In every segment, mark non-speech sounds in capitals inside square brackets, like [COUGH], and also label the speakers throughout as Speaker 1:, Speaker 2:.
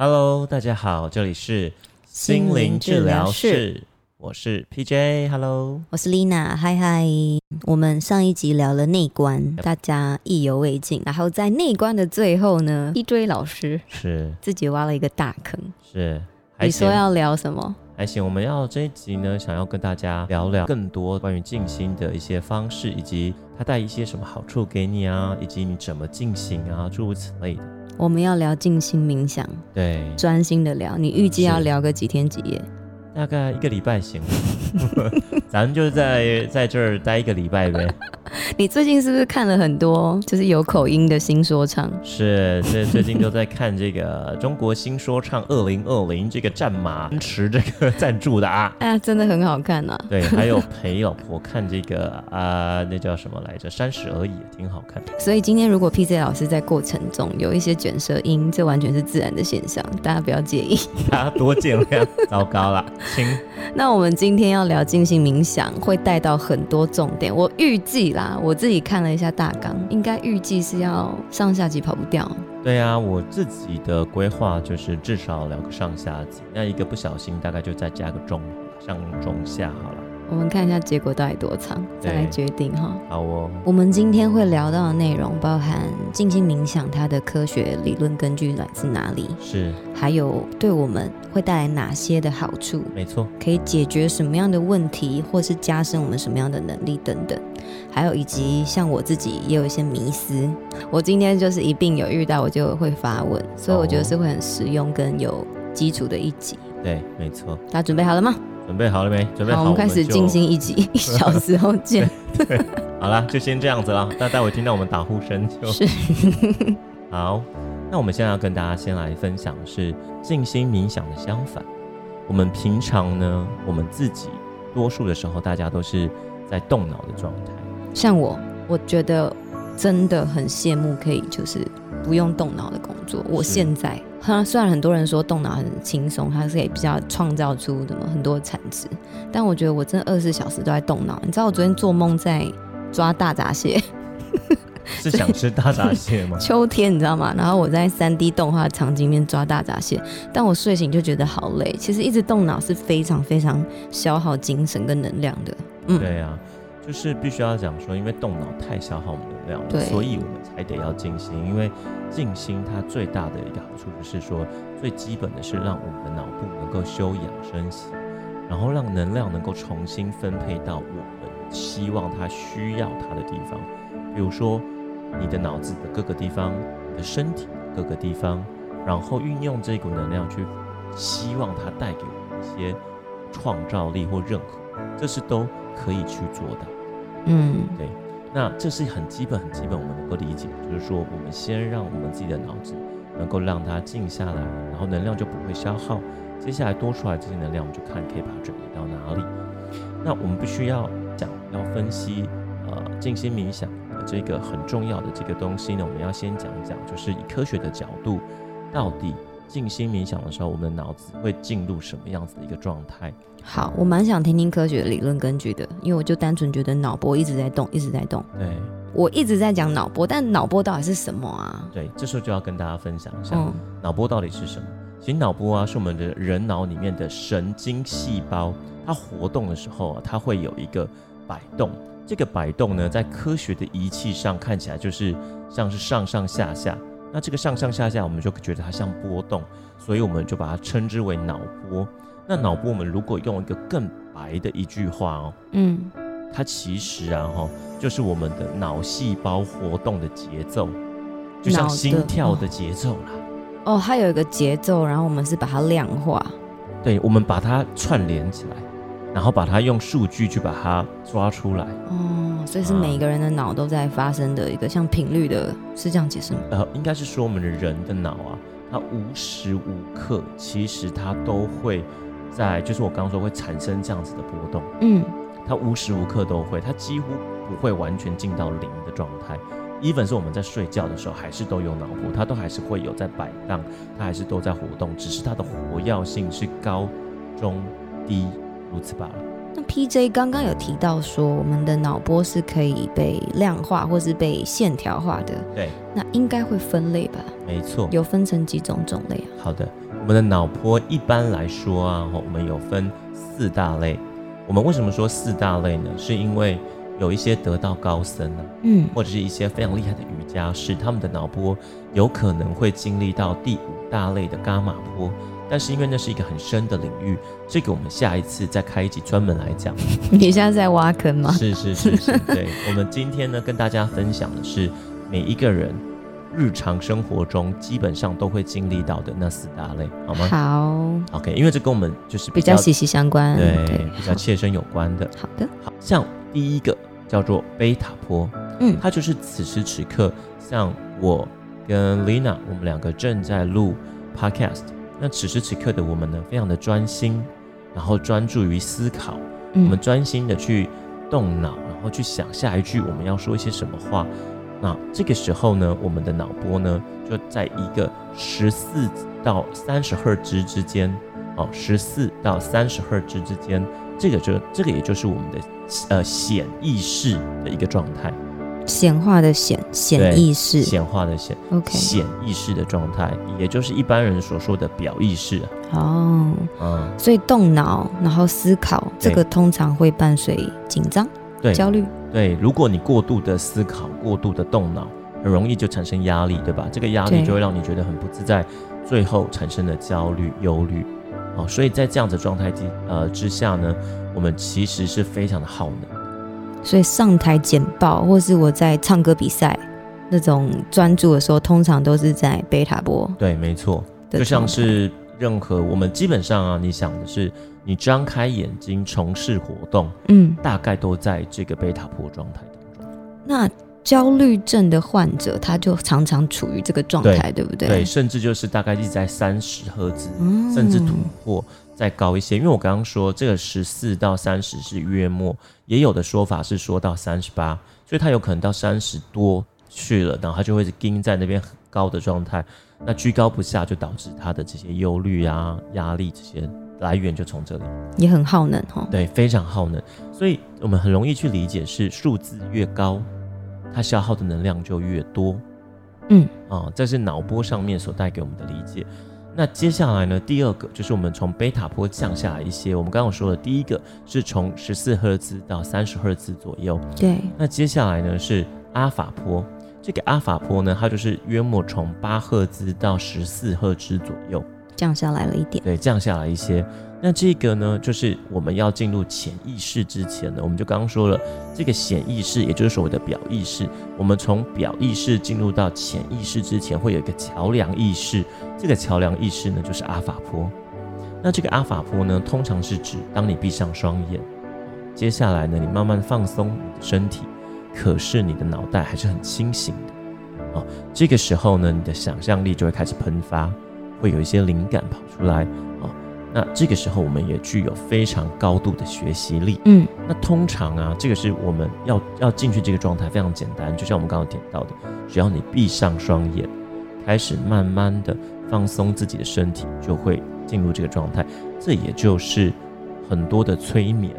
Speaker 1: Hello，大家好，这里是
Speaker 2: 心灵治疗
Speaker 1: 室，我是 PJ。Hello，
Speaker 2: 我是 Lina，嗨嗨！我们上一集聊了内观，大家意犹未尽。然后在内观的最后呢，一堆老师
Speaker 1: 是
Speaker 2: 自己挖了一个大坑。
Speaker 1: 是，还
Speaker 2: 你
Speaker 1: 行
Speaker 2: 说要聊什么？
Speaker 1: 还行。我们要这一集呢，想要跟大家聊聊更多关于静心的一些方式，以及它带一些什么好处给你啊，以及你怎么进行啊，诸如此类的。
Speaker 2: 我们要聊静心冥想，
Speaker 1: 对，
Speaker 2: 专心的聊。你预计要
Speaker 1: 是
Speaker 2: 聊个几天几夜？
Speaker 1: 大概一个礼拜行， [LAUGHS] 咱们就在在这儿待一个礼拜呗。
Speaker 2: 你最近是不是看了很多就是有口音的新说唱？
Speaker 1: 是，这最近都在看这个中国新说唱二零二零这个战马持这个赞助的
Speaker 2: [LAUGHS]
Speaker 1: 啊。
Speaker 2: 哎呀，真的很好看啊！
Speaker 1: 对，还有陪老婆看这个啊、那叫什么来着？三十而已，挺好看 [LAUGHS] 的。
Speaker 2: 所以今天如果 PJ 老师在过程中有一些卷舌音，这完全是自然的现象，大家不要介意。
Speaker 1: 大家多见谅，糟糕了，亲，
Speaker 2: 那我们今天要聊静心冥想，会带到很多重点。我预计啦，我自己看了一下大纲，应该预计是要上下集跑不掉。
Speaker 1: 对啊，我自己的规划就是至少聊个上下集，那一个不小心大概就再加个中，上中下好了。
Speaker 2: 我们看一下结果到底多长，再来决定哈。
Speaker 1: 好哦，
Speaker 2: 我们今天会聊到的内容包含静心冥想它的科学理论根据来自哪里，
Speaker 1: 是
Speaker 2: 还有对我们会带来哪些的好处，
Speaker 1: 没错，
Speaker 2: 可以解决什么样的问题，或是加深我们什么样的能力等等，还有以及像我自己也有一些迷思，我今天就是一并有遇到，我就会发问，所以我觉得是会很实用跟有基础的一集。
Speaker 1: 对，没错。
Speaker 2: 大家准备好了吗？
Speaker 1: 准备好了没？准备好，
Speaker 2: 我们开始
Speaker 1: 就
Speaker 2: 进行一集，一 [LAUGHS] 小时后见。
Speaker 1: 好啦，就先这样子啦。那待会听到我们打呼声就是好。那我们现在要跟大家先来分享的是静心冥想的相反。我们平常呢，我们自己多数的时候，大家都是在动脑的状态。
Speaker 2: 像我，我觉得真的很羡慕可以就是不用动脑的工作。我
Speaker 1: 是
Speaker 2: 现在，哈，虽然很多人说动脑很轻松，它是可以比较创造出什么很多产值，但我觉得我真的二十四小时都在动脑。你知道我昨天做梦在抓大闸蟹，？
Speaker 1: 是想吃大闸蟹吗
Speaker 2: [LAUGHS] 秋天你知道吗？然后我在三 D 动画场景里面抓大闸蟹，但我睡醒就觉得好累。其实一直动脑是非常非常消耗精神跟能量的。嗯，
Speaker 1: 对啊，就是必须要讲说，因为动脑太消耗我们能量了，
Speaker 2: 对
Speaker 1: 所以我们才得要静心。因为静心它最大的一个好处就是说，最基本的是让我们的脑部能够休养生息，然后让能量能够重新分配到我们希望它需要它的地方，比如说你的脑子的各个地方，你的身体的各个地方，然后运用这股能量去希望它带给我们一些创造力或认可。这是都可以去做到。
Speaker 2: 嗯，
Speaker 1: 那这是很基本、很基本，我们能够理解，就是说，我们先让我们自己的脑子能够让它静下来，然后能量就不会消耗。接下来多出来这些能量，我们就看可以把它转移到哪里。那我们必须要讲，要分析，呃，静心冥想的这个很重要的这个东西呢，我们要先讲一讲，就是以科学的角度，到底静心冥想的时候，我们的脑子会进入什么样子的一个状态？
Speaker 2: 好，我蛮想听听科学理论根据的，因为我就单纯觉得脑波一直在动，一直在动。
Speaker 1: 对
Speaker 2: 我一直在讲脑波，但脑波到底是什么啊？
Speaker 1: 对，这时候就要跟大家分享一下。
Speaker 2: 嗯，
Speaker 1: 脑波到底是什么？其实脑波啊，是我们的人脑里面的神经细胞，它活动的时候啊，它会有一个摆动。这个摆动呢，在科学的仪器上看起来就是像是上上下下。那这个上上下下，我们就觉得它像波动，所以我们就把它称之为脑波。那脑波，我们如果用一个更白的一句话哦，
Speaker 2: 嗯，
Speaker 1: 它其实啊，哈，就是我们的脑细胞活动的节奏，就像
Speaker 2: 脑的
Speaker 1: 心跳
Speaker 2: 哦
Speaker 1: 的节奏啦。
Speaker 2: 哦，它有一个节奏，然后我们是把它量化。
Speaker 1: 对，我们把它串联起来，然后把它用数据去把它抓出来。
Speaker 2: 哦，所以是
Speaker 1: 啊
Speaker 2: 每个人的脑都在发生的一个像频率的，是这样解释吗？
Speaker 1: 呃，应该是说我们的人的脑啊，它无时无刻其实它都会在，就是我刚刚说会产生这样子的波动，
Speaker 2: 嗯，
Speaker 1: 它无时无刻都会，它几乎不会完全进到零的状态。even 是我们在睡觉的时候，还是都有脑波，它都还是会有在摆荡，它还是都在活动，只是它的活跃性是高、中、低，如此罢了。
Speaker 2: 那 PJ 刚刚有提到说，我们的脑波是可以被量化或是被线条化的，
Speaker 1: 对，
Speaker 2: 那应该会分类吧？
Speaker 1: 没错。
Speaker 2: 有分成几种种类啊？
Speaker 1: 好的，我们的脑波一般来说啊，吼我们有分四大类。我们为什么说四大类呢？是因为有一些得道高僧啊，
Speaker 2: 嗯
Speaker 1: 或者是一些非常厉害的瑜伽师，他们的脑波有可能会经历到第五大类的伽马波，但是因为那是一个很深的领域，这个我们下一次再开一集专门来讲。
Speaker 2: [LAUGHS] 你现在在挖坑吗？
Speaker 1: 是是是是，对。我们今天呢，跟大家分享的是每一个人日常生活中基本上都会经历到的那四大类，好吗
Speaker 2: 好，
Speaker 1: ？OK，因为这跟我们就是比
Speaker 2: 比
Speaker 1: 较
Speaker 2: 较息息相关。
Speaker 1: 对比较
Speaker 2: 好
Speaker 1: 切身有关的。
Speaker 2: 好的，
Speaker 1: 好像第一个叫做贝塔波，
Speaker 2: 嗯
Speaker 1: 它就是此时此刻，像我跟 Lina，我们两个正在录 Podcast，那此时此刻的我们呢，非常的专心，然后专注于思考，我们
Speaker 2: 嗯
Speaker 1: 专心的去动脑，然后去想下一句我们要说一些什么话。那这个时候呢，我们的脑波呢就在一个十四到三十赫兹之间，哦，十四到三十赫兹之间，这个就这个也就是我们的呃显意识的一个状态，
Speaker 2: 显化的显
Speaker 1: 对
Speaker 2: 显意识
Speaker 1: 显化的显
Speaker 2: ，OK，
Speaker 1: 显意识的状态，也就是一般人所说的表意识啊，
Speaker 2: 哦，
Speaker 1: 嗯，
Speaker 2: 所以动脑然后思考，这
Speaker 1: 对
Speaker 2: 个通常会伴随紧张、
Speaker 1: 对，
Speaker 2: 焦虑。
Speaker 1: 对，如果你过度的思考、过度的动脑，很容易就产生压力，对吧？这个压力
Speaker 2: 对
Speaker 1: 就会让你觉得很不自在，最后产生了焦虑、忧虑。哦，所以在这样子的状态之呃之下呢，我们其实是非常的耗能。
Speaker 2: 所以上台简报，或是我在唱歌比赛那种专注的时候，通常都是在贝塔波
Speaker 1: 对，没错，
Speaker 2: 的状态，
Speaker 1: 就像是任何我们基本上啊，你想的是你张开眼睛从事活动，
Speaker 2: 嗯，
Speaker 1: 大概都在这个贝塔波状态当中。
Speaker 2: 那焦虑症的患者，他就常常处于这个状态，对不对？
Speaker 1: 对，甚至就是大概一直在三十赫兹，
Speaker 2: 嗯
Speaker 1: 甚至突破再高一些。因为我刚刚说这个十四到三十是月末，也有的说法是说到三十八，所以它有可能到三十多去了，然后它就会盯在那边很高的状态，那居高不下就导致他的这些忧虑啊、压力这些来源就从这里，
Speaker 2: 也很耗能哦哈。
Speaker 1: 对，非常耗能。所以我们很容易去理解是数字越高，它消耗的能量就越多。
Speaker 2: 嗯，
Speaker 1: 啊、这是脑波上面所带给我们的理解。那接下来呢，第二个就是我们从贝塔波降下来一些。我们刚刚有说的第一个是从十四赫兹到三十赫兹左右，
Speaker 2: 对，
Speaker 1: 那接下来呢是阿法波。这个阿法波呢，它就是约莫从八赫兹到十四赫兹左右，
Speaker 2: 降下来了一点。
Speaker 1: 对，降下来一些。那这个呢，就是我们要进入潜意识之前呢，我们就刚刚说了，这个显意识，也就是所谓的表意识，我们从表意识进入到潜意识之前，会有一个桥梁意识。这个桥梁意识呢，就是阿法波。那这个阿法波呢，通常是指当你闭上双眼，接下来呢，你慢慢放松你的身体，可是你的脑袋还是很清醒的。哦，这个时候呢，你的想象力就会开始喷发，会有一些灵感跑出来。哦，那这个时候我们也具有非常高度的学习力。
Speaker 2: 嗯，
Speaker 1: 那通常啊，这个是我们要要进去这个状态非常简单，就像我们刚刚点到的，只要你闭上双眼，开始慢慢的放松自己的身体，就会进入这个状态。这也就是很多的催眠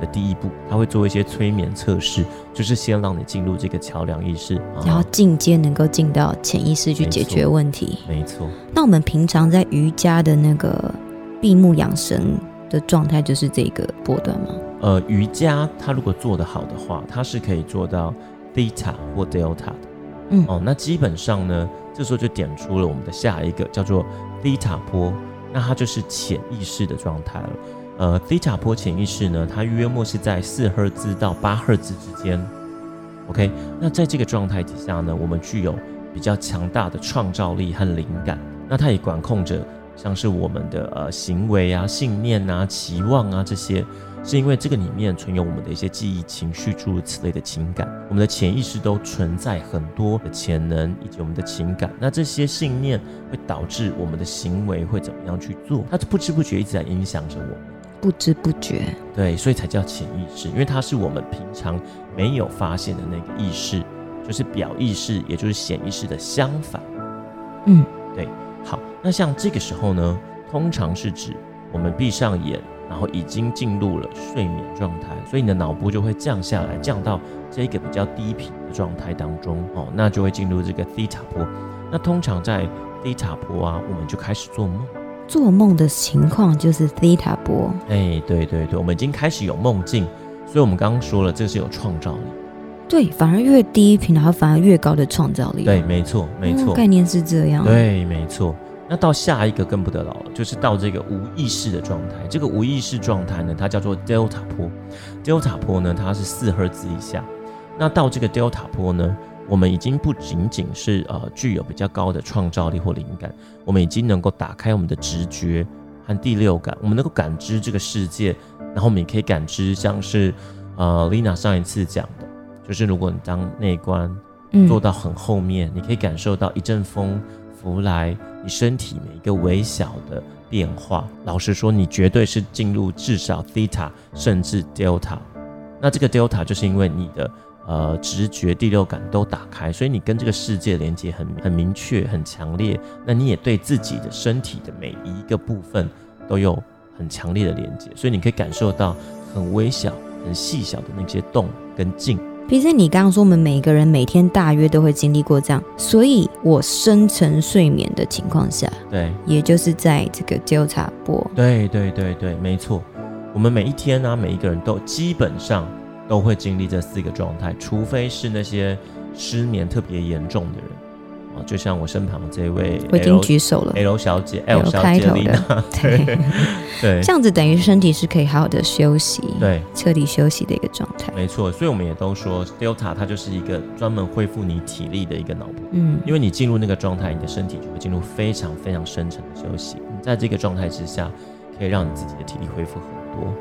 Speaker 1: 的第一步，他会做一些催眠测试，就是先让你进入这个桥梁意识。啊
Speaker 2: 然后，进阶能够进到潜意识去
Speaker 1: 没
Speaker 2: 解
Speaker 1: 错
Speaker 2: 决问题。
Speaker 1: 没错，
Speaker 2: 那我们平常在瑜伽的那个闭目养神的状态，就是这个波段吗？
Speaker 1: 呃，瑜伽它如果做得好的话，它是可以做到 theta 或 delta 的。
Speaker 2: 嗯，
Speaker 1: 哦，那基本上呢，这时候就点出了我们的下一个叫做低塔波，那它就是潜意识的状态了。呃，低塔波潜意识呢，它约莫是在四赫兹到八赫兹之间。OK，那在这个状态底下呢，我们具有比较强大的创造力和灵感，那它也管控着像是我们的呃行为啊、信念啊、期望啊这些，是因为这个里面存有我们的一些记忆、情绪诸如此类的情感，我们的潜意识都存在很多的潜能以及我们的情感。那这些信念会导致我们的行为会怎么样去做？它不知不觉一直在影响着我们，
Speaker 2: 不知不觉。
Speaker 1: 对，所以才叫潜意识，因为它是我们平常没有发现的那个意识，就是表意识，也就是显意识的相反。
Speaker 2: 嗯，
Speaker 1: 好，那像这个时候呢，通常是指我们闭上眼，然后已经进入了睡眠状态，所以你的脑波就会降下来，降到这个比较低频的状态当中哦，那就会进入这个 theta 波。那通常在 theta 波啊，我们就开始做梦，
Speaker 2: 做梦的情况就是 theta 波，
Speaker 1: 哎，对对对，我们已经开始有梦境，所以我们刚刚说了，这是有创造力。
Speaker 2: 对，反而越低频，然后反而越高的创造力。
Speaker 1: 对，没错，没
Speaker 2: 哦
Speaker 1: 错，
Speaker 2: 概念是这样。，
Speaker 1: 对，没错。那到下一个更不得了了，就是到这个无意识的状态。这个无意识状态呢，它叫做 delta 波。delta 波呢，它是四赫兹以下。那到这个 delta 波呢，我们已经不仅仅是呃具有比较高的创造力或灵感，我们已经能够打开我们的直觉和第六感，我们能够感知这个世界，然后我们也可以感知像是呃 Lina 上一次讲的，就是如果你当内观
Speaker 2: 嗯
Speaker 1: 坐到很后面，你可以感受到一阵风拂来，你身体每一个微小的变化。老实说，你绝对是进入至少 theta 甚至 delta。那这个 delta 就是因为你的呃直觉、第六感都打开，所以你跟这个世界连接很很明确、很强烈。那你也对自己的身体的每一个部分都有很强烈的连接，所以你可以感受到很微小、很细小的那些动跟静。
Speaker 2: 毕竟你刚刚说我们每个人每天大约都会经历过这样，所以我深层睡眠的情况下，
Speaker 1: 对，
Speaker 2: 也就是在这个纠察波，
Speaker 1: 对对对对，没错。我们每一天呢、每一个人都基本上都会经历这四个状态，除非是那些失眠特别严重的人啊，就像我身旁这位 L
Speaker 2: 我已经举手了。
Speaker 1: L 小姐
Speaker 2: L
Speaker 1: L 小
Speaker 2: 开
Speaker 1: 姐
Speaker 2: 头的
Speaker 1: 丽
Speaker 2: [LAUGHS]
Speaker 1: 娜，
Speaker 2: 对，
Speaker 1: 哎对
Speaker 2: 这样子等于身体是可以好好的休息，，
Speaker 1: 对，
Speaker 2: 彻底休息的一个状态。
Speaker 1: 没错。所以我们也都说 Delta 它就是一个专门恢复你体力的一个脑部。
Speaker 2: 嗯，
Speaker 1: 因为你进入那个状态，你的身体就会进入非常非常深层的休息。你在这个状态之下，可以让你自己的体力恢复很多。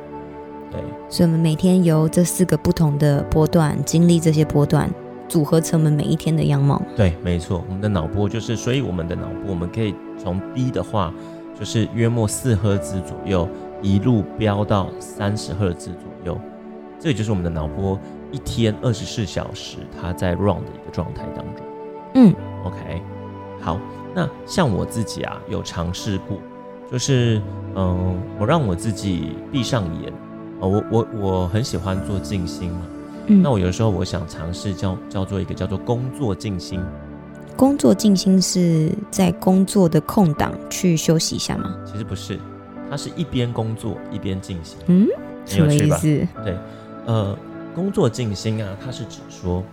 Speaker 1: 对，
Speaker 2: 所以我们每天由这四个不同的波段经历这些波段，组合成我们每一天的样貌。
Speaker 1: 对，没错，我们的脑波就是，所以我们的脑波，我们可以从低的话，就是约莫四赫兹左右，一路飙到三十赫兹左右，这也就是我们的脑波一天二十四小时它在 run 的一个状态当中。
Speaker 2: 嗯，
Speaker 1: OK，好，那像我自己啊，有尝试过，就是嗯、我让我自己闭上眼，呃，我我我很喜欢做静心嘛，
Speaker 2: 嗯
Speaker 1: 那我有时候我想尝试叫叫做一个叫做工作静心。
Speaker 2: 工作静心是在工作的空档去休息一下吗？
Speaker 1: 其实不是，他是一边工作一边静心。
Speaker 2: 嗯，
Speaker 1: 很
Speaker 2: 什
Speaker 1: 有
Speaker 2: 么
Speaker 1: 趣
Speaker 2: 意
Speaker 1: 吧
Speaker 2: 思？
Speaker 1: 呃，工作静心啊，它是指说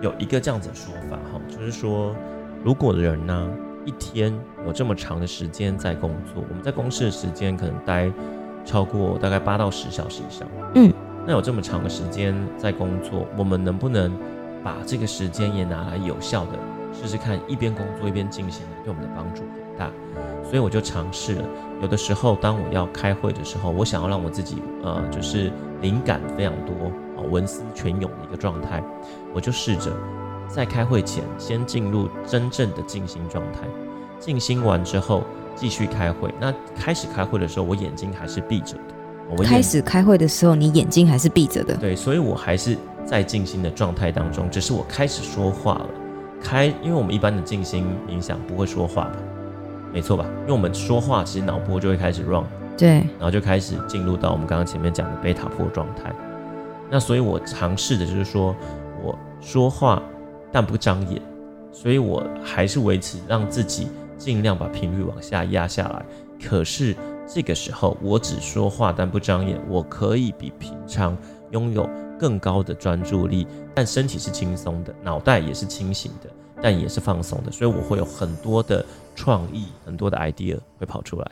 Speaker 1: 有一个这样子的说法哈，就是说，如果人呢、一天有这么长的时间在工作，我们在公司的时间可能待超过大概八到十小时以上，
Speaker 2: 嗯，
Speaker 1: 那有这么长的时间在工作，我们能不能把这个时间也拿来有效的试试看，一边工作一边进行，对我们的帮助很大。所以我就尝试了，有的时候当我要开会的时候，我想要让我自己呃就是灵感非常多啊、文思泉涌的一个状态，我就试着在开会前先进入真正的静心状态，静心完之后继续开会。那开始开会的时候，我眼睛还是闭着的，我眼
Speaker 2: 开始开会的时候，你眼睛还是闭着的。
Speaker 1: 对，所以我还是在静心的状态当中，只是我开始说话了。开，因为我们一般的静心冥想不会说话吧？没错吧？因为我们说话，其实脑波就会开始 run，
Speaker 2: 对，
Speaker 1: 然后就开始进入到我们刚刚前面讲的贝塔波状态。那所以我尝试的就是说，我说话但不张眼，所以我还是维持让自己尽量把频率往下压下来。可是这个时候，我只说话但不张眼，我可以比平常拥有更高的专注力，但身体是轻松的，脑袋也是清醒的，但也是放松的，所以我会有很多的创意，很多的 idea 会跑出来。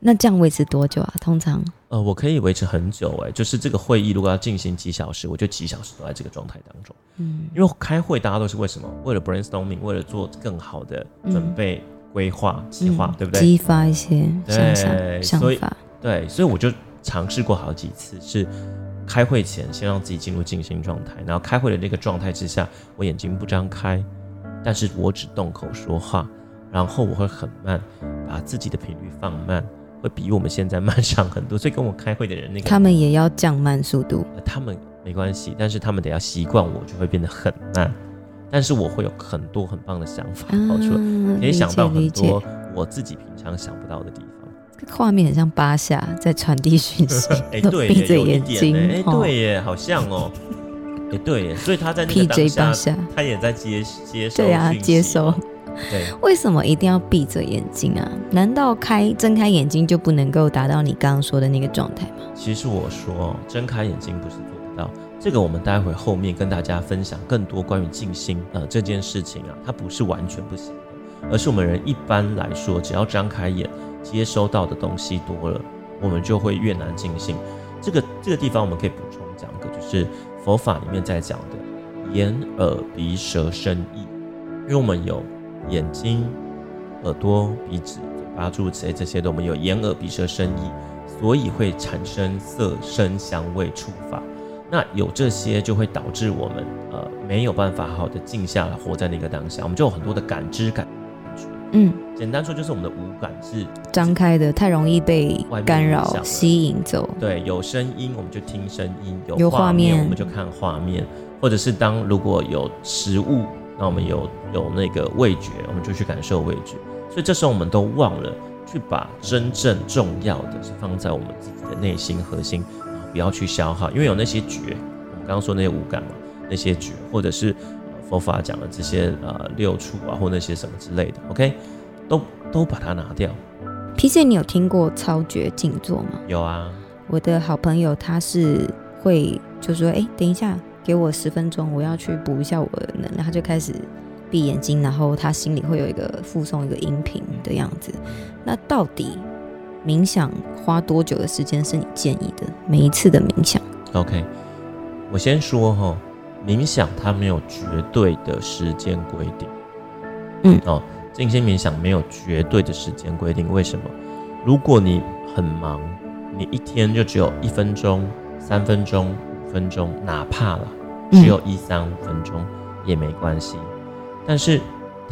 Speaker 2: 那这样维持多久啊？通常
Speaker 1: 呃，我可以维持很久哎、就是这个会议如果要进行几小时，我就几小时都在这个状态当中。
Speaker 2: 嗯，
Speaker 1: 因为开会大家都是为什么？为了 brainstorming，为了做更好的准备、规划、计划，
Speaker 2: 嗯
Speaker 1: 对不对？
Speaker 2: 激发一些想
Speaker 1: 对
Speaker 2: 想想
Speaker 1: 所以
Speaker 2: 法。
Speaker 1: 对，所以我就尝试过好几次，是开会前先让自己进入静心状态，然后开会的那个状态之下，我眼睛不张开，但是我只动口说话，然后我会很慢，把自己的频率放慢，会比我们现在慢上很多。所以跟我开会的人那个
Speaker 2: 他们也要降慢速度，
Speaker 1: 呃他们没关系，但是他们得要习惯我，就会变得很慢。但是我会有很多很棒的想法跑出来，
Speaker 2: 嗯，
Speaker 1: 可以
Speaker 2: 理
Speaker 1: 想
Speaker 2: 解
Speaker 1: 到很
Speaker 2: 理解
Speaker 1: 多我自己平常想不到的地方。，
Speaker 2: 这个画面很像八下在传递讯息
Speaker 1: [LAUGHS] 哎，对
Speaker 2: 闭
Speaker 1: 耶，
Speaker 2: 着
Speaker 1: 有一
Speaker 2: 眼
Speaker 1: 点
Speaker 2: 睛，
Speaker 1: 耶，哎，
Speaker 2: 哦
Speaker 1: 对耶，好像哦，
Speaker 2: [LAUGHS]
Speaker 1: 哎，对耶，所以他在那个当
Speaker 2: ，PJ 八
Speaker 1: 下，
Speaker 2: 下，
Speaker 1: 他也在接接收
Speaker 2: 对啊，
Speaker 1: 讯息
Speaker 2: 接收
Speaker 1: 哦，对，
Speaker 2: 为什么一定要闭着眼睛啊？难道开睁开眼睛就不能够达到你刚刚说的那个状态吗？
Speaker 1: 其实我说睁开眼睛不是做不到，这个我们待会后面跟大家分享更多关于静心呃这件事情啊，它不是完全不行的，而是我们人一般来说，只要张开眼，接收到的东西多了，我们就会越难静心。这个这个地方我们可以补充讲一个，就是佛法里面在讲的眼、耳、鼻、舌、身、意，因为我们有眼睛、耳朵、鼻子、嘴巴、住齿这些的，我们有眼、耳、鼻、舌、身、意。所以会产生色、声、香味、触、法。那有这些就会导致我们呃没有办法好好的静下来，活在那个当下，我们就有很多的感知感触。
Speaker 2: 嗯，
Speaker 1: 简单说就是我们的五感是
Speaker 2: 张开的太容易被
Speaker 1: 外面
Speaker 2: 干
Speaker 1: 影
Speaker 2: 扰
Speaker 1: 响、了
Speaker 2: 吸引走。
Speaker 1: 对，有声音我们就听声音，
Speaker 2: 有
Speaker 1: 有
Speaker 2: 画
Speaker 1: 画面
Speaker 2: 面
Speaker 1: 我们就看画面，或者是当如果有食物，那我们有有那个味觉，我们就去感受味觉。所以这时候我们都忘了去把真正重要的是放在我们自己的内心核心，然后不要去消耗，因为有那些觉，我们刚刚说那些五感嘛，那些觉，或者是呃佛法讲的这些呃六触啊，或那些什么之类的，OK，都都把它拿掉。
Speaker 2: P C，你有听过超觉静坐吗？
Speaker 1: 有啊，
Speaker 2: 我的好朋友他是会就说，哎，等一下，给我十分钟，我要去补一下我的能量，他就开始闭眼睛，然后他心里会有一个附送一个音频的样子。那到底冥想花多久的时间是你建议的？每一次的冥想，
Speaker 1: OK，我先说哈、冥想它没有绝对的时间规定。
Speaker 2: 嗯
Speaker 1: 哦，静心冥想没有绝对的时间规定，为什么？如果你很忙，你一天就只有一分钟、三分钟、五分钟，哪怕啦，
Speaker 2: 嗯
Speaker 1: 只有一三五分钟也没关系。但是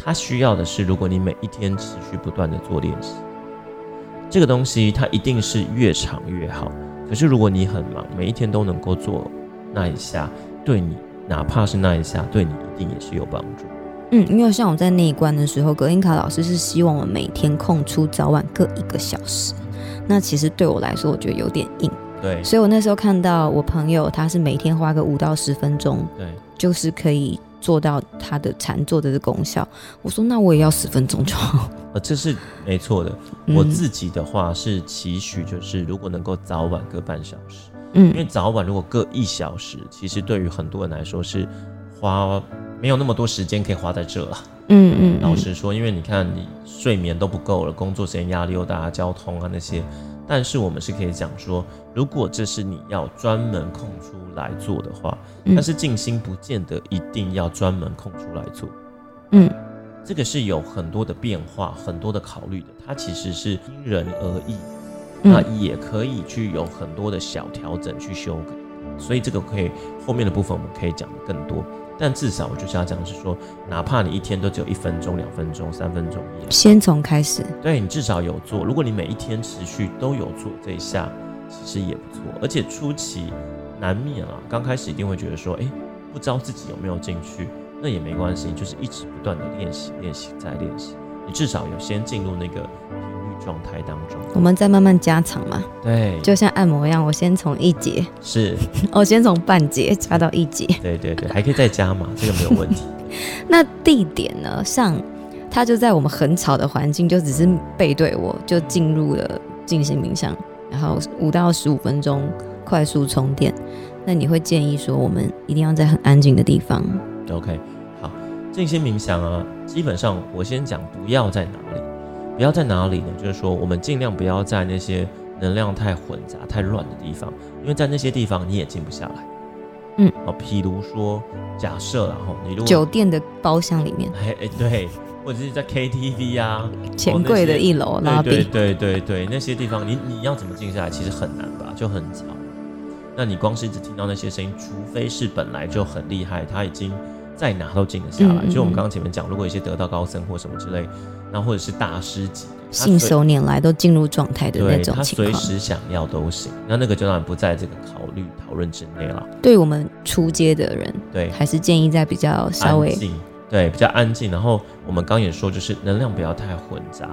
Speaker 1: 它需要的是，如果你每一天持续不断的做练习，这个东西它一定是越长越好。可是如果你很忙，每一天都能够做那一下，对你哪怕是那一下，对你一定也是有帮助。
Speaker 2: 嗯，因为像我在那一关的时候，格林卡老师是希望我每天空出早晚各一个小时。那其实对我来说，我觉得有点硬，
Speaker 1: 对
Speaker 2: 所以我那时候看到我朋友，他是每天花个五到十分钟，
Speaker 1: 对，
Speaker 2: 就是可以做到他的禅坐的这功效。我说那我也要十分钟就好。
Speaker 1: 呃，这是没错的。 [LAUGHS]
Speaker 2: 嗯
Speaker 1: 我自己的话是期许，就是如果能够早晚各半小时，
Speaker 2: 嗯
Speaker 1: 因为早晚如果各一小时，其实对于很多人来说是花没有那么多时间可以花在这了。
Speaker 2: 嗯嗯
Speaker 1: 老实说，因为你看你睡眠都不够了，工作时间压力又大，交通啊那些。但是我们是可以讲说，如果这是你要专门空出来做的话，
Speaker 2: 嗯
Speaker 1: 但是静心不见得一定要专门空出来做。
Speaker 2: 嗯，
Speaker 1: 这个是有很多的变化，很多的考虑的。它其实是因人而异，那
Speaker 2: 嗯
Speaker 1: 也可以去有很多的小调整去修改。所以这个可以后面的部分我们可以讲的更多。但至少我就是要讲的是说，哪怕你一天都只有一分钟、两分钟、三分钟也好
Speaker 2: 先从开始，
Speaker 1: 对你至少有做。如果你每一天持续都有做这一下，其实也不错。而且初期难免啊，刚开始一定会觉得说，哎，不知道自己有没有进去，那也没关系，就是一直不断的练习、练习再练习，你至少有先进入那个频率状态当中。
Speaker 2: 我们再慢慢加长嘛，
Speaker 1: 对，
Speaker 2: 嗯就像按摩一样，我先从一节， [LAUGHS]
Speaker 1: 是，
Speaker 2: 我先从半节加到一节。
Speaker 1: 对对对，还可以再加
Speaker 2: [LAUGHS]
Speaker 1: 嘛，这个没有问题。
Speaker 2: 那地点呢？像他就在我们很吵的环境，就只是背对我，就进入了进行冥想，然后五到十五分钟快速充电。那你会建议说，我们一定要在很安静的地方？
Speaker 1: OK，好，静心冥想啊，基本上我先讲不要在哪里，不要在哪里呢？就是说我们尽量不要在那些能量太混杂、太乱的地方，因为在那些地方你也静不下来。
Speaker 2: 嗯，
Speaker 1: 哦，譬如说，假设然后你如果
Speaker 2: 酒店的包厢里面，
Speaker 1: 哎哎对，或者是在 KTV 啊，
Speaker 2: 钱柜的一楼拉
Speaker 1: 对
Speaker 2: 比，
Speaker 1: 对对对对，那些地方你你要怎么静下来，其实很难吧，就很吵。那你光是只听到那些声音，除非是本来就很厉害，他已经在哪都静得下来。
Speaker 2: 嗯嗯
Speaker 1: 就我们
Speaker 2: 嗯
Speaker 1: 刚刚前面讲，如果有一些得道高僧或什么之类，那或者是大师级，他
Speaker 2: 信
Speaker 1: 随
Speaker 2: 手拈来都进入状态的那
Speaker 1: 对
Speaker 2: 种
Speaker 1: 他
Speaker 2: 情
Speaker 1: 随
Speaker 2: 况，
Speaker 1: 时想要都行。那那个就当然不在这个考虑讨论之内了。
Speaker 2: 对我们出街的人，
Speaker 1: 对，
Speaker 2: 还是建议在比较稍微
Speaker 1: 安静，对，比较安静。然后我们刚也说，就是能量不要太混杂，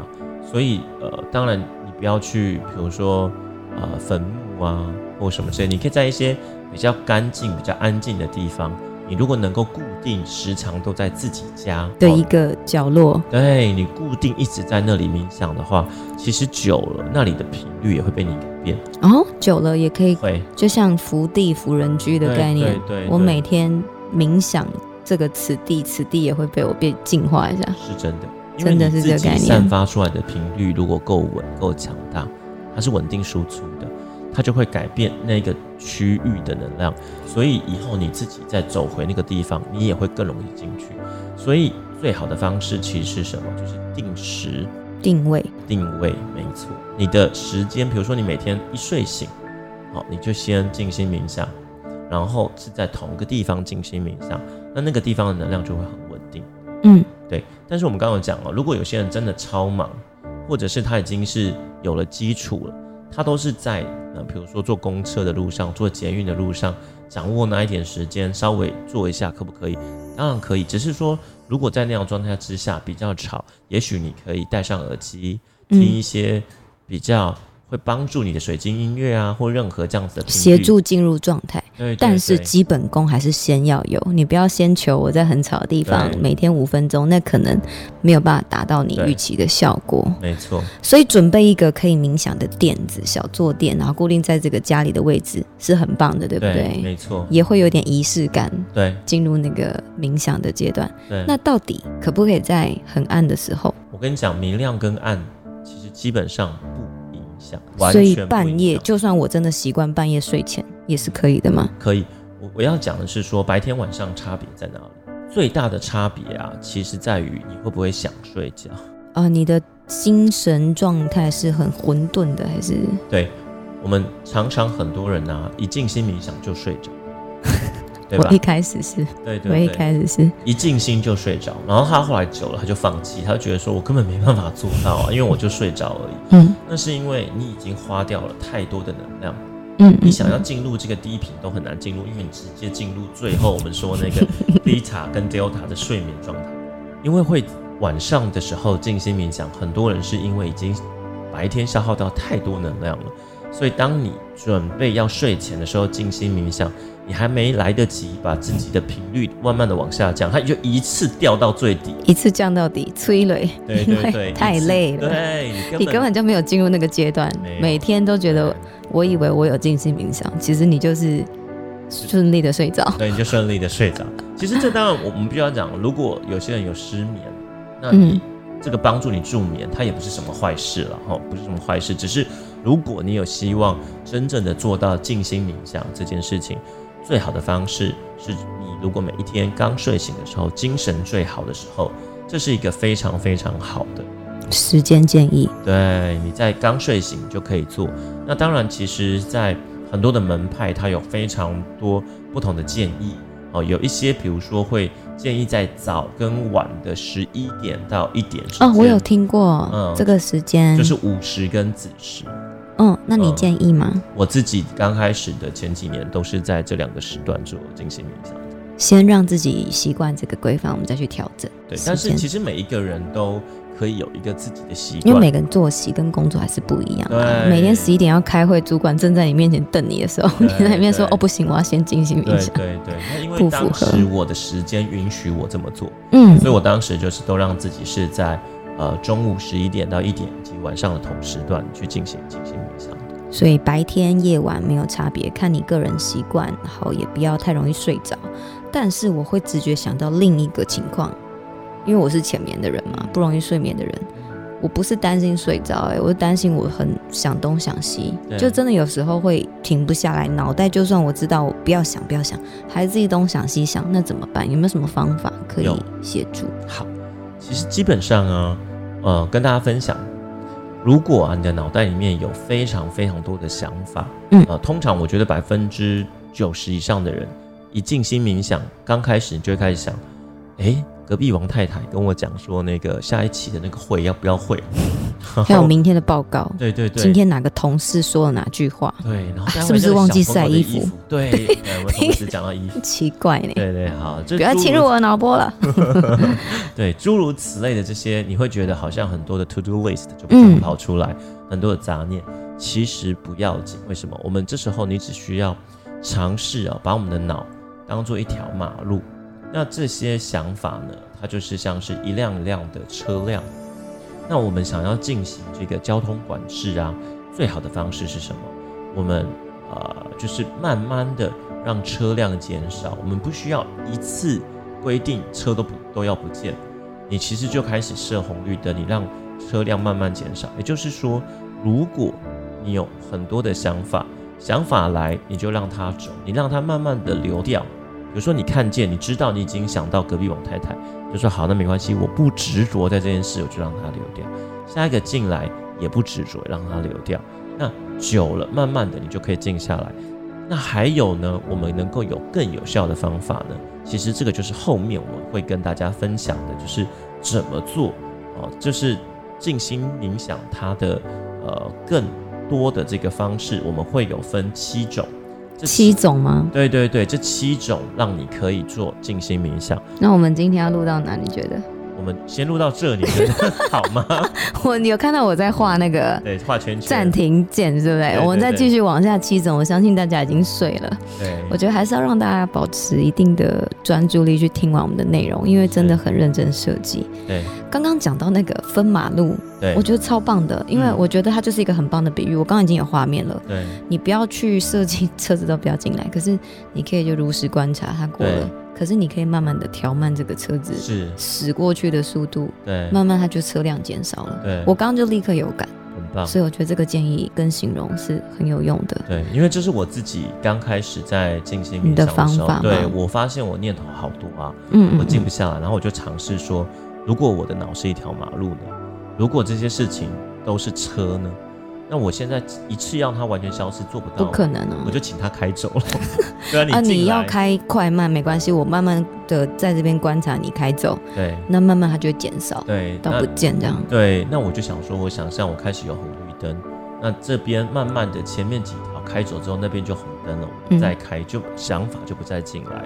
Speaker 1: 所以呃，当然你不要去，比如说呃坟墓啊或什么之类，你可以在一些比较干净、比较安静的地方，你如果能够固定时常都在自己家
Speaker 2: 的
Speaker 1: 哦
Speaker 2: 一个角落，
Speaker 1: 对你固定一直在那里冥想的话，其实久了，那里的频率也会被你改变。
Speaker 2: 哦，久了也可以，
Speaker 1: 会
Speaker 2: 就像福地福人居的
Speaker 1: 对
Speaker 2: 概念，
Speaker 1: 对对
Speaker 2: 我
Speaker 1: 对
Speaker 2: 每天冥想这个此地，此地也会被我变净化一下。
Speaker 1: 是真的，因为
Speaker 2: 真的
Speaker 1: 你
Speaker 2: 是
Speaker 1: 自
Speaker 2: 这个
Speaker 1: 己
Speaker 2: 概念
Speaker 1: 散发出来的频率如果够稳、够强大，它是稳定输出的，它就会改变那个区域的能量。所以以后你自己再走回那个地方，你也会更容易进去。所以最好的方式其实是什么？就是定时
Speaker 2: 定位
Speaker 1: 定位，没错。你的时间，比如说你每天一睡醒，好，你就先静心冥想，然后是在同个地方静心冥想，那那个地方的能量就会很稳定。
Speaker 2: 嗯，
Speaker 1: 对。但是我们刚刚有讲哦，如果有些人真的超忙，或者是他已经是有了基础了，他都是在呃，比如说坐公车的路上，坐捷运的路上，掌握那一点时间，稍微做一下，可不可以？当然可以，只是说如果在那样的状态之下比较吵，也许你可以戴上耳机，听一
Speaker 2: 嗯，
Speaker 1: 些比较会帮助你的水晶音乐啊，或任何这样子的频
Speaker 2: 协
Speaker 1: 率。
Speaker 2: 助进入状态。
Speaker 1: 对对
Speaker 2: 但是
Speaker 1: 对
Speaker 2: 基本功还是先要有，你不要先求我在很吵的地方
Speaker 1: 对
Speaker 2: 每天五分钟，那可能没有办法达到你
Speaker 1: 对
Speaker 2: 预期的效果。
Speaker 1: 没错，
Speaker 2: 所以准备一个可以冥想的垫子、小坐垫，然后固定在这个家里的位置是很棒的，对不对？
Speaker 1: 没错，
Speaker 2: 也会有点仪式感，
Speaker 1: 对
Speaker 2: 进入那个冥想的阶段。
Speaker 1: 对。
Speaker 2: 那到底可不可以在很暗的时候，
Speaker 1: 我跟你讲，明亮跟暗其实基本上不影响，完
Speaker 2: 所以
Speaker 1: 全不影
Speaker 2: 半夜
Speaker 1: 响
Speaker 2: 就算我真的习惯半夜睡前也是可以的吗？
Speaker 1: 可以。我我要讲的是说，白天晚上差别在哪里？最大的差别啊，其实在于你会不会想睡觉。
Speaker 2: 啊、你的精神状态是很混沌的，还是
Speaker 1: 对我们常常很多人啊，一静心冥想就
Speaker 2: [LAUGHS]
Speaker 1: 睡着，对吧
Speaker 2: 我一？开始是，
Speaker 1: 对
Speaker 2: 我一
Speaker 1: 对对，
Speaker 2: 开始是，
Speaker 1: 一静心就睡着，然后他后来久了他就放弃，他就觉得说我根本没办法做到啊，因为我就睡着而已。
Speaker 2: 嗯
Speaker 1: 那是因为你已经花掉了太多的能量，
Speaker 2: 嗯，
Speaker 1: 你想要进入这个低频都很难进入，因为你直接进入最后我们说那
Speaker 2: [LAUGHS]
Speaker 1: 个 beta 跟 delta 的睡眠状态，因为会晚上的时候静心冥想，很多人是因为已经白天消耗到太多能量了，所以当你准备要睡前的时候静心冥想，你还没来得及把自己的频率慢慢的往下降，它就一次掉到最低。
Speaker 2: 一次降到底，催泪，
Speaker 1: 对
Speaker 2: [LAUGHS] 因
Speaker 1: 对
Speaker 2: 为
Speaker 1: 对，
Speaker 2: 太
Speaker 1: 一次
Speaker 2: 累了
Speaker 1: 对
Speaker 2: 你根本就没有进入那个阶段
Speaker 1: 没有，
Speaker 2: 每天都觉得
Speaker 1: 对
Speaker 2: 我以为我有静心冥想，其实你就是顺利的睡着。
Speaker 1: 对，你就顺利的睡着。其实这当然，我们必须要讲，如果有些人有失眠，那
Speaker 2: 嗯
Speaker 1: 你、这个帮助你助眠，它也不是什么坏事了哈，不是什么坏事。只是如果你有希望真正的做到静心冥想这件事情，最好的方式是你如果每一天刚睡醒的时候，精神最好的时候，这是一个非常非常好的
Speaker 2: 嗯时间建议，
Speaker 1: 对，你在刚睡醒就可以做。那当然，其实，在很多的门派，它有非常多不同的建议哦。有一些，比如说会建议在早跟晚的十一点到一点之间
Speaker 2: 哦，我有，听过、
Speaker 1: 嗯
Speaker 2: 这个时间，
Speaker 1: 就是午时跟子时。
Speaker 2: 嗯，那你
Speaker 1: 嗯
Speaker 2: 建议吗？
Speaker 1: 我自己刚开始的前几年都是在这两个时段做进行冥想。
Speaker 2: 先让自己习惯这个规范，我们再去调整。
Speaker 1: 对，
Speaker 2: 时
Speaker 1: 但是
Speaker 2: 间
Speaker 1: 其实每一个人都可以有一个自己的习
Speaker 2: 因为
Speaker 1: 惯
Speaker 2: 每。个人作息跟工作还是不一样的。
Speaker 1: 对
Speaker 2: 每天十一点要开会，主管正在你面前瞪你的时 [LAUGHS] 候，你
Speaker 1: 对
Speaker 2: 在里面说
Speaker 1: 对：“
Speaker 2: 哦，不行，我要先进行
Speaker 1: 对
Speaker 2: 冥想。
Speaker 1: 对对，那因为
Speaker 2: 不
Speaker 1: 当
Speaker 2: 符合
Speaker 1: 时我的时间允许我这么做，”
Speaker 2: 嗯
Speaker 1: 所以我当时就是都让自己是在呃中午十一点到一点以及晚上的同时段去进行进行冥想。
Speaker 2: 所以白天夜晚没有差别，看你个人习惯，然后也不要太容易睡着。但是我会直觉想到另一个情况，因为我是浅眠的人嘛，不容易睡眠的人，我不是担心睡着、欸，我是担心我很想东想西
Speaker 1: 对，
Speaker 2: 就真的有时候会停不下来，脑袋就算我知道我不要想不要想，还自己东想西想，那怎么办？有没有什么方法可以
Speaker 1: 有
Speaker 2: 协助？
Speaker 1: 好，其实基本上啊，呃，跟大家分享，如果啊你的脑袋里面有非常非常多的想法，
Speaker 2: 嗯
Speaker 1: 呃，通常我觉得百分之九十以上的人一静心冥想，刚开始你就会开始想，诶，隔壁王太太跟我讲说，那个下一期的那个会要不要会？ [LAUGHS]
Speaker 2: 还有明天的报告，
Speaker 1: 对对对，
Speaker 2: 今天哪个同事说了哪句话，
Speaker 1: 对，然后待会
Speaker 2: 是不是
Speaker 1: 再
Speaker 2: 忘记
Speaker 1: 想疯
Speaker 2: 晒
Speaker 1: 我的
Speaker 2: 衣
Speaker 1: 衣
Speaker 2: 服？，
Speaker 1: 对，对我同时讲到衣服
Speaker 2: 奇怪呢、
Speaker 1: 对对，好，这
Speaker 2: 不要
Speaker 1: 诸
Speaker 2: 侵
Speaker 1: 如
Speaker 2: 入我的脑波了。
Speaker 1: [LAUGHS] 对，诸如此类的这些，你会觉得好像很多的 to do list 就不断
Speaker 2: 嗯
Speaker 1: 跑出来，很多的杂念，哦其实不要紧。为什么？我们这时候你只需要尝试啊，把我们的脑当做一条马路。那这些想法呢，它就是像是一辆一辆的车辆。那我们想要进行这个交通管制啊，最好的方式是什么？我们呃，就是慢慢的让车辆减少，我们不需要一次规定车都不都要不见，你其实就开始设红绿灯，你让车辆慢慢减少。也就是说，如果你有很多的想法，想法来你就让它走，你让它慢慢的流掉。比如说你看见，你知道你已经想到隔壁王太太，就说好，那没关系，我不执着在这件事，我就让它流掉。下一个进来也不执着，让它流掉。那久了，慢慢的你就可以静下来。那还有呢，我们能够有更有效的方法呢？其实这个就是后面我们会跟大家分享的，就是怎么做哦，就是静心冥想它的呃更多的这个方式，我们会有分七种。这
Speaker 2: 七种吗？
Speaker 1: 对对对，这七种让你可以做静心冥想。
Speaker 2: 那我们今天要录到哪？你觉得？ [LAUGHS]
Speaker 1: 我们先录到这，你觉得好吗？
Speaker 2: 我你有看到我在画那个
Speaker 1: 对，画圈圈。
Speaker 2: 暂。停键，对不对？
Speaker 1: 对对
Speaker 2: 我们再继续往下七种，我相信大家已经睡了。
Speaker 1: 对，
Speaker 2: 我觉得还是要让大家保持一定的专注力去听完我们的内容，因为真的很认真设计。
Speaker 1: 对
Speaker 2: 刚刚讲到那个分马路，
Speaker 1: 对，
Speaker 2: 我觉得超棒的，因为
Speaker 1: 嗯
Speaker 2: 我觉得它就是一个很棒的比喻。我刚刚已经有画面了，
Speaker 1: 对
Speaker 2: 你不要去设计车子都不要进来，可是你可以就如实观察它过了
Speaker 1: 对，
Speaker 2: 可是你可以慢慢的调慢这个车子
Speaker 1: 是，
Speaker 2: 驶过去的速度，
Speaker 1: 对
Speaker 2: 慢慢它就车辆减少了。
Speaker 1: 对，
Speaker 2: 我刚刚就立刻有感，
Speaker 1: 很棒。
Speaker 2: 所以我觉得这个建议跟形容是很有用的。
Speaker 1: 对，因为这是我自己刚开始在进行
Speaker 2: 你
Speaker 1: 冥
Speaker 2: 的
Speaker 1: 想的时
Speaker 2: 方法
Speaker 1: 候，对
Speaker 2: 吗
Speaker 1: 我发现我念头好多啊，
Speaker 2: 嗯
Speaker 1: 我
Speaker 2: 嗯
Speaker 1: 静不下来，然后我就尝试说，如果我的脑是一条马路呢？如果这些事情都是车呢？那我现在一次让它完全消失做不
Speaker 2: 不
Speaker 1: 到，
Speaker 2: 可能哦
Speaker 1: 我。就请它开走
Speaker 2: [LAUGHS]
Speaker 1: 了。对啊，
Speaker 2: 啊，
Speaker 1: 你进
Speaker 2: 你要
Speaker 1: 来，
Speaker 2: 开快慢没关系，我慢慢的在这边观察你开走，
Speaker 1: 对
Speaker 2: 那慢慢它就会减少
Speaker 1: 对，
Speaker 2: 到
Speaker 1: 那
Speaker 2: 不见这样。
Speaker 1: 对，那我就想说，我想象我开始有红绿灯，那这边慢慢的前面几条开走之后，那边就红灯了，我
Speaker 2: 嗯
Speaker 1: 们再开、就想法就不再进来，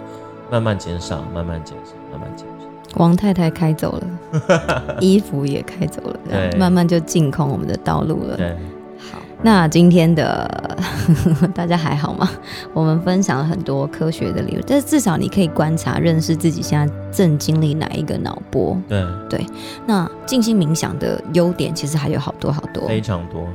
Speaker 1: 慢慢减少，慢慢减少，慢慢减少。
Speaker 2: 王太太开走了，
Speaker 1: [LAUGHS]
Speaker 2: 衣服也开走了，这样
Speaker 1: 对
Speaker 2: 慢慢就净空我们的道路了。
Speaker 1: 对，
Speaker 2: 好，那今天的 [LAUGHS] 大家还好吗？我们分享了很多科学的理论，但是至少你可以观察、认识自己现在正经历哪一个脑波。
Speaker 1: 对，
Speaker 2: 那静心冥想的优点其实还有好多好多，
Speaker 1: 非常多。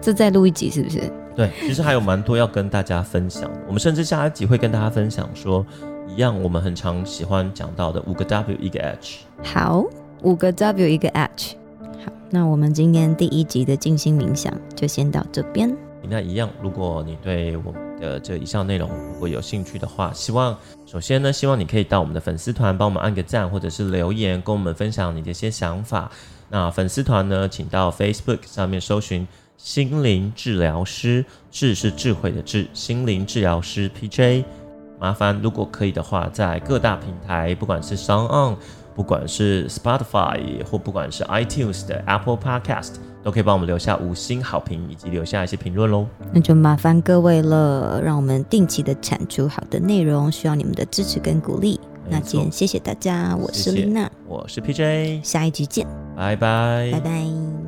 Speaker 2: 这再录一集是不是？
Speaker 1: 对，其实还有蛮多要跟大家分享的。我们甚至下一集会跟大家分享说，一样我们很常喜欢讲到的五个 W 一个 H。
Speaker 2: 好，五个 W 一个 H。好，那我们今天第一集的静心冥想就先到这边。
Speaker 1: 那一样，如果你对我们的这以上内容如果有兴趣的话，希望首先呢，希望你可以到我们的粉丝团帮我们按个赞，或者是留言跟我们分享你的一些想法。那粉丝团呢，请到 Facebook 上面搜寻“心灵治疗师”，智是智慧的智，心灵治疗师 PJ。麻烦如果可以的话，在各大平台，不管是 s o n On。不管是 Spotify 或不管是 iTunes 的 Apple Podcast，都可以帮我们留下五星好评以及留下一些评论喽。
Speaker 2: 那就麻烦各位了，让我们定期的产出好的内容，需要你们的支持跟鼓励。
Speaker 1: 没
Speaker 2: 那今天
Speaker 1: 错
Speaker 2: 谢谢大家，我是
Speaker 1: 谢谢
Speaker 2: 丽娜，
Speaker 1: 我是 PJ，
Speaker 2: 下一集见，
Speaker 1: 拜拜
Speaker 2: 拜拜